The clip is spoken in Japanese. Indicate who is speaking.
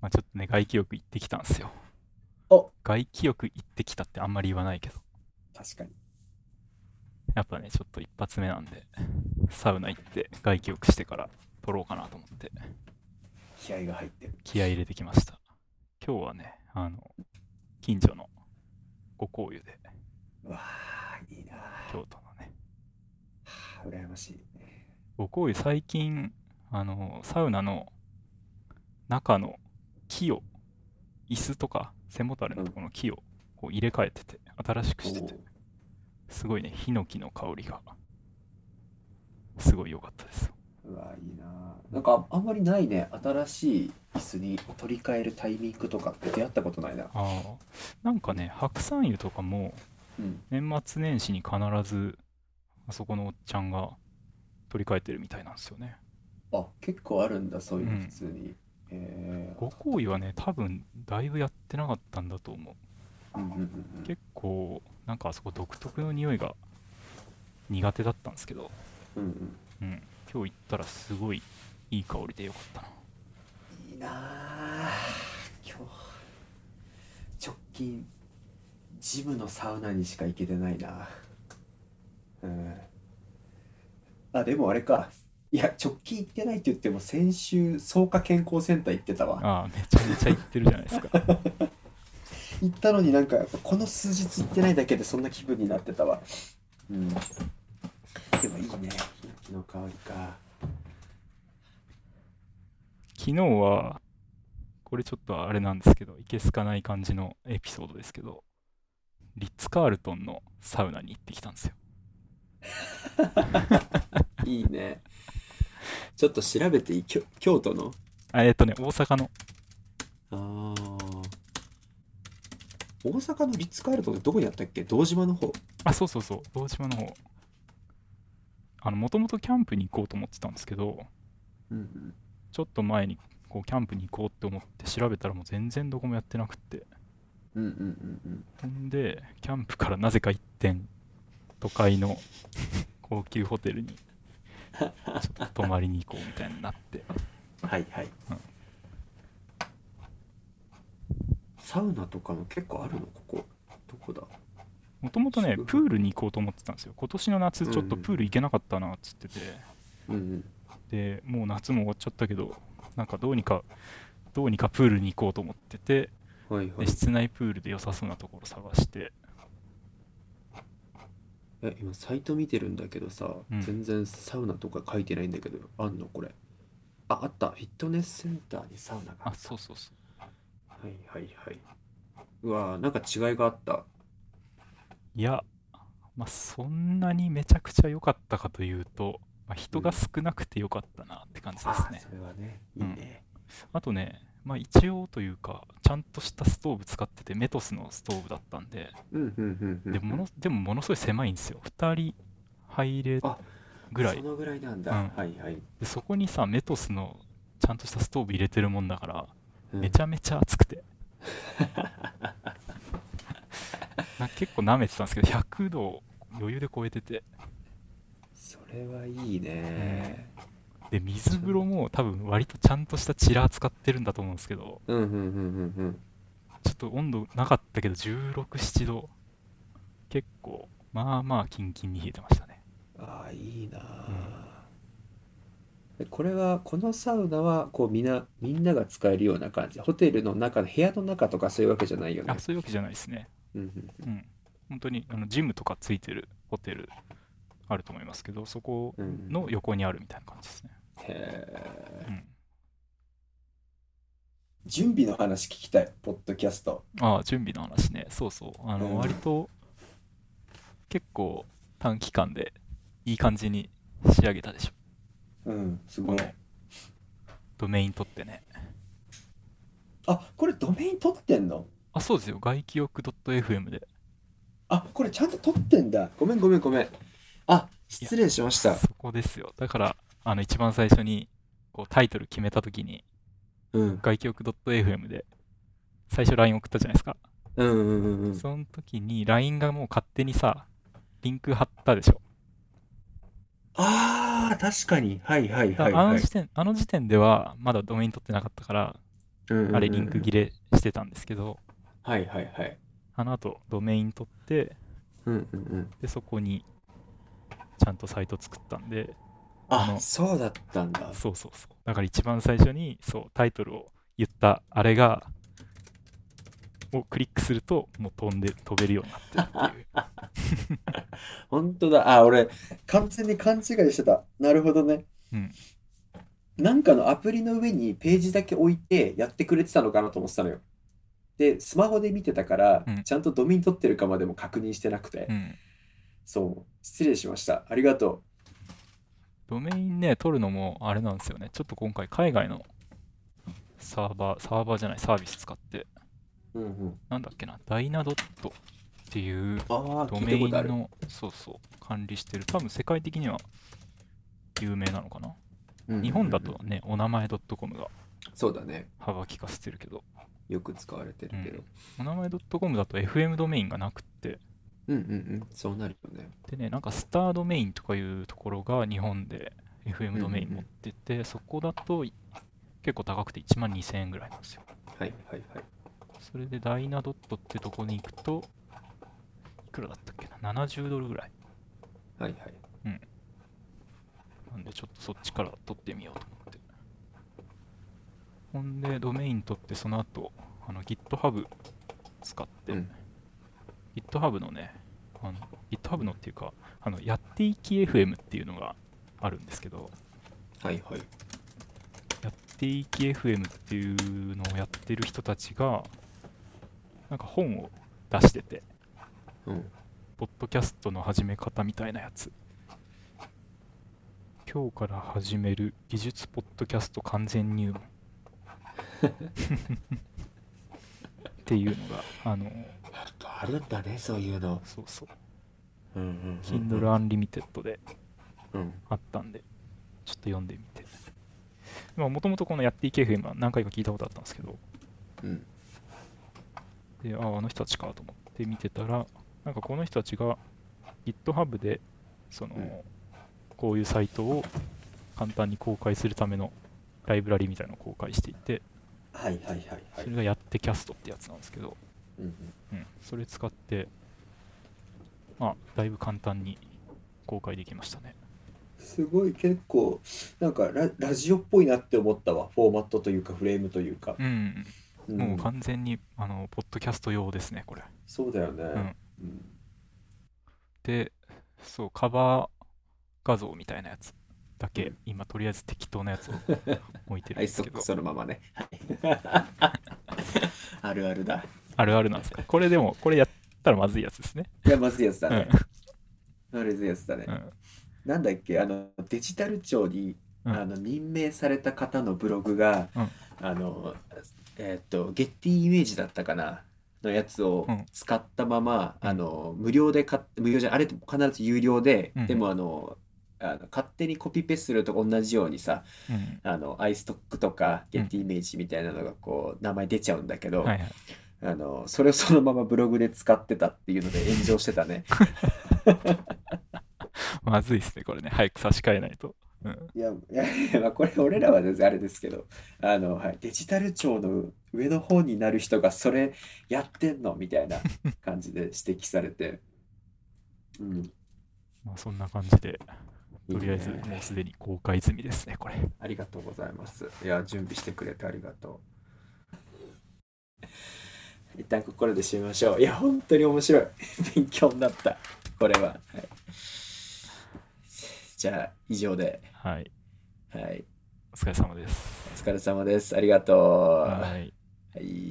Speaker 1: まあ、ちょっとね、外気浴行ってきたんですよ。
Speaker 2: お
Speaker 1: 外気浴行ってきたってあんまり言わないけど、
Speaker 2: 確かに。
Speaker 1: やっぱね、ちょっと一発目なんで、サウナ行って外気浴してから撮ろうかなと思って、
Speaker 2: 気合が入ってる。
Speaker 1: 気合い入れてきました。今日はね、あの、近所のご紅湯で、
Speaker 2: うわー、いいなー
Speaker 1: 京都のね、
Speaker 2: はあ羨ましい。
Speaker 1: ご紅湯最近、あの、サウナの中の木を、椅子とか背もたれのところの木をこう入れ替えてて、新しくしてて、すごいね、ヒノキの香りが、すごい良かったですよ。
Speaker 2: おーうわー、いいなーなんかあんまりないね、新しい椅子に取り替えるタイミングとかって出会ったことないな。
Speaker 1: ああ、なんかね、白山湯とかも、
Speaker 2: うん。
Speaker 1: 年末年始に必ず、あそこのおっちゃんが取り替えてるみたいなんですよね。
Speaker 2: あ、結構あるんだ、そういう
Speaker 1: う
Speaker 2: の
Speaker 1: ん
Speaker 2: 普通に。えー
Speaker 1: ご厚意はね、多分、だいぶやってなかったんだと思
Speaker 2: うんうんうん
Speaker 1: う。
Speaker 2: うん
Speaker 1: 結構、なんかあそこ独特の匂いが苦手だったんですけど、
Speaker 2: うんうん
Speaker 1: うん、今日行ったらすごいいい香りでよかったな。
Speaker 2: いいなあ今日直近ジムのサウナにしか行けてないなうんあでもあれかいや直近行ってないって言っても先週草加健康センター行ってたわ
Speaker 1: ああ、めちゃめちゃ行ってるじゃないですか。
Speaker 2: 行ったのになんかやっぱこの数日行ってないだけでそんな気分になってたわうんでもいいねヒノキの香りか
Speaker 1: 昨日は、これちょっとあれなんですけど、いけすかない感じのエピソードですけど、リッツ・カールトンのサウナに行ってきたんですよ。
Speaker 2: いいねちょっと調べていいきょ京都の
Speaker 1: あえっ、とね、大阪の、
Speaker 2: ああ。大阪のリッツ・カールトンってどこにあったっけ堂島の方。
Speaker 1: あ、そうそうそう、堂島の方。あの、もともとキャンプに行こうと思ってたんですけど、
Speaker 2: うんうん。
Speaker 1: ちょっと前に、こう、キャンプに行こうって思って調べたらもう全然どこもやってなくって。
Speaker 2: うんうんうんうん。
Speaker 1: ほんで、キャンプからなぜか一点、都会の高級ホテルに、ちょっと泊まりに行こうみたいになって。
Speaker 2: はいはい
Speaker 1: うん。
Speaker 2: サウナとかも結構あるのここ。どこだ
Speaker 1: もともとね、
Speaker 2: すごい
Speaker 1: プールに行こうと思ってたんですよ。今年の夏、ちょっとプール行けなかったなっつってて、
Speaker 2: うんうん。
Speaker 1: でもう夏も終わっちゃったけど、なんかどうにか、どうにかプールに行こうと思ってて、
Speaker 2: はいは
Speaker 1: で
Speaker 2: い。
Speaker 1: 室内プールで良さそうなところ探して、
Speaker 2: え、今サイト見てるんだけどさ、
Speaker 1: うん
Speaker 2: 全然サウナとか書いてないんだけど、あんのこれ。あ、あった。フィットネスセンターにサウナが。
Speaker 1: あ、そうそうそう。
Speaker 2: はいはいはい。うわーなんか違いがあった。
Speaker 1: いや、まあ、そんなにめちゃくちゃ良かったかというと、まあ、人が少なくて良かったなって感じで
Speaker 2: あ
Speaker 1: すね。
Speaker 2: それはね、いいね。
Speaker 1: あとね、まあ、一応というか、ちゃんとしたストーブ使ってて、メトスのストーブだったんで、
Speaker 2: うんうんうんうん。
Speaker 1: でものでもものすごい狭いんですよ2人入れ
Speaker 2: あ
Speaker 1: ぐらい
Speaker 2: そのぐらいなんだ、
Speaker 1: うん
Speaker 2: はいはい、
Speaker 1: でそこにさメトスのちゃんとしたストーブ入れてるもんだから
Speaker 2: うん
Speaker 1: めちゃめちゃ暑くて な結構舐めてたんですけど100度を余裕で超えてて
Speaker 2: それはいいね
Speaker 1: で水風呂も多分割とちゃんとしたチラー使ってるんだと思うんですけど
Speaker 2: うんうんうんうんうん
Speaker 1: ちょっと温度なかったけど1617度結構まあまあキンキンに冷えてましたね
Speaker 2: ああいいなあ、でこれはこのサウナはこうみんなみんなが使えるような感じホテルの中の部屋の中とかそういうわけじゃないよね
Speaker 1: あそういうわけじゃないですね
Speaker 2: うんうん
Speaker 1: うん、本当にあのジムとかついてるホテルあると思いますけどそこ
Speaker 2: うん
Speaker 1: の横にあるみたいな感じですね、
Speaker 2: へえ
Speaker 1: うん、
Speaker 2: 準備の話聞きたいポッドキャスト
Speaker 1: ああ準備の話ねそうそうあ
Speaker 2: うん
Speaker 1: の割と結構短期間でいい感じに仕上げたでしょ
Speaker 2: うんすごい
Speaker 1: ドメイン取ってね
Speaker 2: あこれドメイン取ってんの
Speaker 1: あそうですよ外記憶 .fm で
Speaker 2: あこれちゃんと取ってんだごめんごめんごめんあ失礼しました
Speaker 1: そこですよだからあの一番最初にこうタイトル決めた時に
Speaker 2: うん
Speaker 1: 外記憶 .fm で最初 LINE 送ったじゃないですか
Speaker 2: うんうんうんうん
Speaker 1: その時に LINE がもう勝手にさ、リンク貼ったでしょ。
Speaker 2: ああ、確かに。はいはい
Speaker 1: だ
Speaker 2: はい
Speaker 1: からあ
Speaker 2: は
Speaker 1: の
Speaker 2: い
Speaker 1: 時。点、あの時点ではまだドメイン取ってなかったから、
Speaker 2: うん
Speaker 1: あれリンク切れしてたんですけど、
Speaker 2: はいはいはい
Speaker 1: あの後ドメイン取って、
Speaker 2: うんうんうん
Speaker 1: で、そこにちゃんとサイト作ったんで、あ
Speaker 2: あ
Speaker 1: の
Speaker 2: そうだったんだ
Speaker 1: そうそうそう。だから一番最初にそうタイトルを言ったあれが、をクリックすると、もう飛んで、飛べるようになってる っていう。
Speaker 2: 本当だあ俺完全に勘違いしてたなるほどね
Speaker 1: うん
Speaker 2: なんかのアプリの上にページだけ置いてやってくれてたのかなと思ってたのよでスマホで見てたから、
Speaker 1: うん
Speaker 2: ちゃんとドミン取ってるかまでも確認してなくて、
Speaker 1: うん。
Speaker 2: そう失礼しましたありがと
Speaker 1: ドメインね、取るのもあれなんですよね。ちょっと今回海外のサーバー、サーバーじゃない、サービス使って、
Speaker 2: う、うんうん、
Speaker 1: なんだっけな、ダイナドットっていう
Speaker 2: ああ
Speaker 1: ド
Speaker 2: 聞い
Speaker 1: メ
Speaker 2: た
Speaker 1: イ
Speaker 2: こ
Speaker 1: ン
Speaker 2: とある
Speaker 1: の、そうそう、管理してる。多分世界的には有名なのかな。日本だ
Speaker 2: うんうん
Speaker 1: とね、お名前 .com が
Speaker 2: うんそうだね
Speaker 1: 幅利かせてるけど、
Speaker 2: よく使われてるけど、
Speaker 1: お名前 .com だと FM ドメインがなくって、
Speaker 2: うん、うんうんそうなるよね
Speaker 1: でね、なんかスタードメインとかいうところが日本で
Speaker 2: うんう
Speaker 1: FM
Speaker 2: ん
Speaker 1: ドメイン持ってて、そこだと結構高くて1万2000円ぐらいなんですよ。
Speaker 2: はいはいはい
Speaker 1: それでダイナドットってとこに行くと、いくらだったっけな ?70 ドルぐらい。
Speaker 2: はいはい
Speaker 1: なんでちょっとそっちから取ってみようと思って。ほんで、ドメイン取って、その後、あの GitHub 使って、
Speaker 2: うん
Speaker 1: GitHub のね、あの GitHub のっていうか、あのやっていき FM っていうのがあるんですけど、
Speaker 2: はいはい
Speaker 1: やっていき FM っていうのをやってる人たちが、なんか本を出してて、
Speaker 2: うん
Speaker 1: ポッドキャストの始め方みたいなやつ。今日から始める技術ポッドキャスト完全入門。 っていうのが、あの、
Speaker 2: やっぱあるんだねそういうの
Speaker 1: そうそう、
Speaker 2: うんうんうん
Speaker 1: Kindle Unlimited で
Speaker 2: うん
Speaker 1: あったんで、ちょっと読んでみて。もともとこのやっていけ FM は何回か聞いたことあったんですけど、
Speaker 2: うん
Speaker 1: で、ああ、あの人たちかと思って見てたら、なんかこの人たちが GitHub で、その、
Speaker 2: うん
Speaker 1: こういうサイトを簡単に公開するためのライブラリみたいなのを公開していて、
Speaker 2: はいはいはいは
Speaker 1: そ
Speaker 2: い
Speaker 1: れがやってキャストってやつなんですけど、
Speaker 2: うんうん
Speaker 1: うん、それ使って、まあ、だいぶ簡単に公開できましたね。
Speaker 2: すごい結構なんかララジオっぽいなって思ったわフォーマットというかフレームというか、
Speaker 1: うん、
Speaker 2: うん
Speaker 1: もう完全に、あの、ポッドキャスト用ですね、これ。
Speaker 2: そうだ
Speaker 1: う
Speaker 2: よ
Speaker 1: ん
Speaker 2: ね、うん
Speaker 1: で、そう、カバー画像みたいなやつだけ、
Speaker 2: うん
Speaker 1: 今とりあえず適当なや つを置いてるん
Speaker 2: は
Speaker 1: で
Speaker 2: い
Speaker 1: す
Speaker 2: そ
Speaker 1: けど、
Speaker 2: そのまま ねはいあるあるだ
Speaker 1: あるあるなんですよ。これでも、これやったらまずいやつですね。
Speaker 2: いやまずいやつだ
Speaker 1: う
Speaker 2: ね
Speaker 1: ん、
Speaker 2: まずいやつだね、
Speaker 1: うん
Speaker 2: なんだっけあのデジタル庁に、
Speaker 1: うん
Speaker 2: あの任命された方のブログが、
Speaker 1: うん
Speaker 2: あのえーっとゲッティイメージだったかなのやつを
Speaker 1: うん
Speaker 2: 使ったまま、
Speaker 1: うん
Speaker 2: あの無料で買っ無料じゃあれって必ず有料で、
Speaker 1: うん
Speaker 2: でもあのあの勝手にコピペすると同じようにさ
Speaker 1: うん
Speaker 2: あのアイストックとか
Speaker 1: う
Speaker 2: ゲ
Speaker 1: ん
Speaker 2: ッティイメージみたいなのがこう名前出ちゃうんだけど、
Speaker 1: はいはい。
Speaker 2: あのそれをそのままブログで使ってたっていうので炎上してたね
Speaker 1: まずいですね、これね。早く差し替えないと。うん。
Speaker 2: いやいやいやまあこれ俺らは全然あれですけどあの、はい、デジタル庁の上の方になる人がそれやってんのみ たいな感じで指摘されて、うん、
Speaker 1: まあ、そんな感じで、とりあえず
Speaker 2: いいね
Speaker 1: もうすでに公開済みですね、これ。
Speaker 2: ありがとうございます。いや、準備してくれてありがと う。一旦これで締めましょう。いや、本当に面白い。 勉強になった。これは。はいじゃあ、以上で。
Speaker 1: はい。
Speaker 2: はい。
Speaker 1: お疲れ様です。
Speaker 2: お疲れ様です。ありがとう。
Speaker 1: はい。
Speaker 2: はい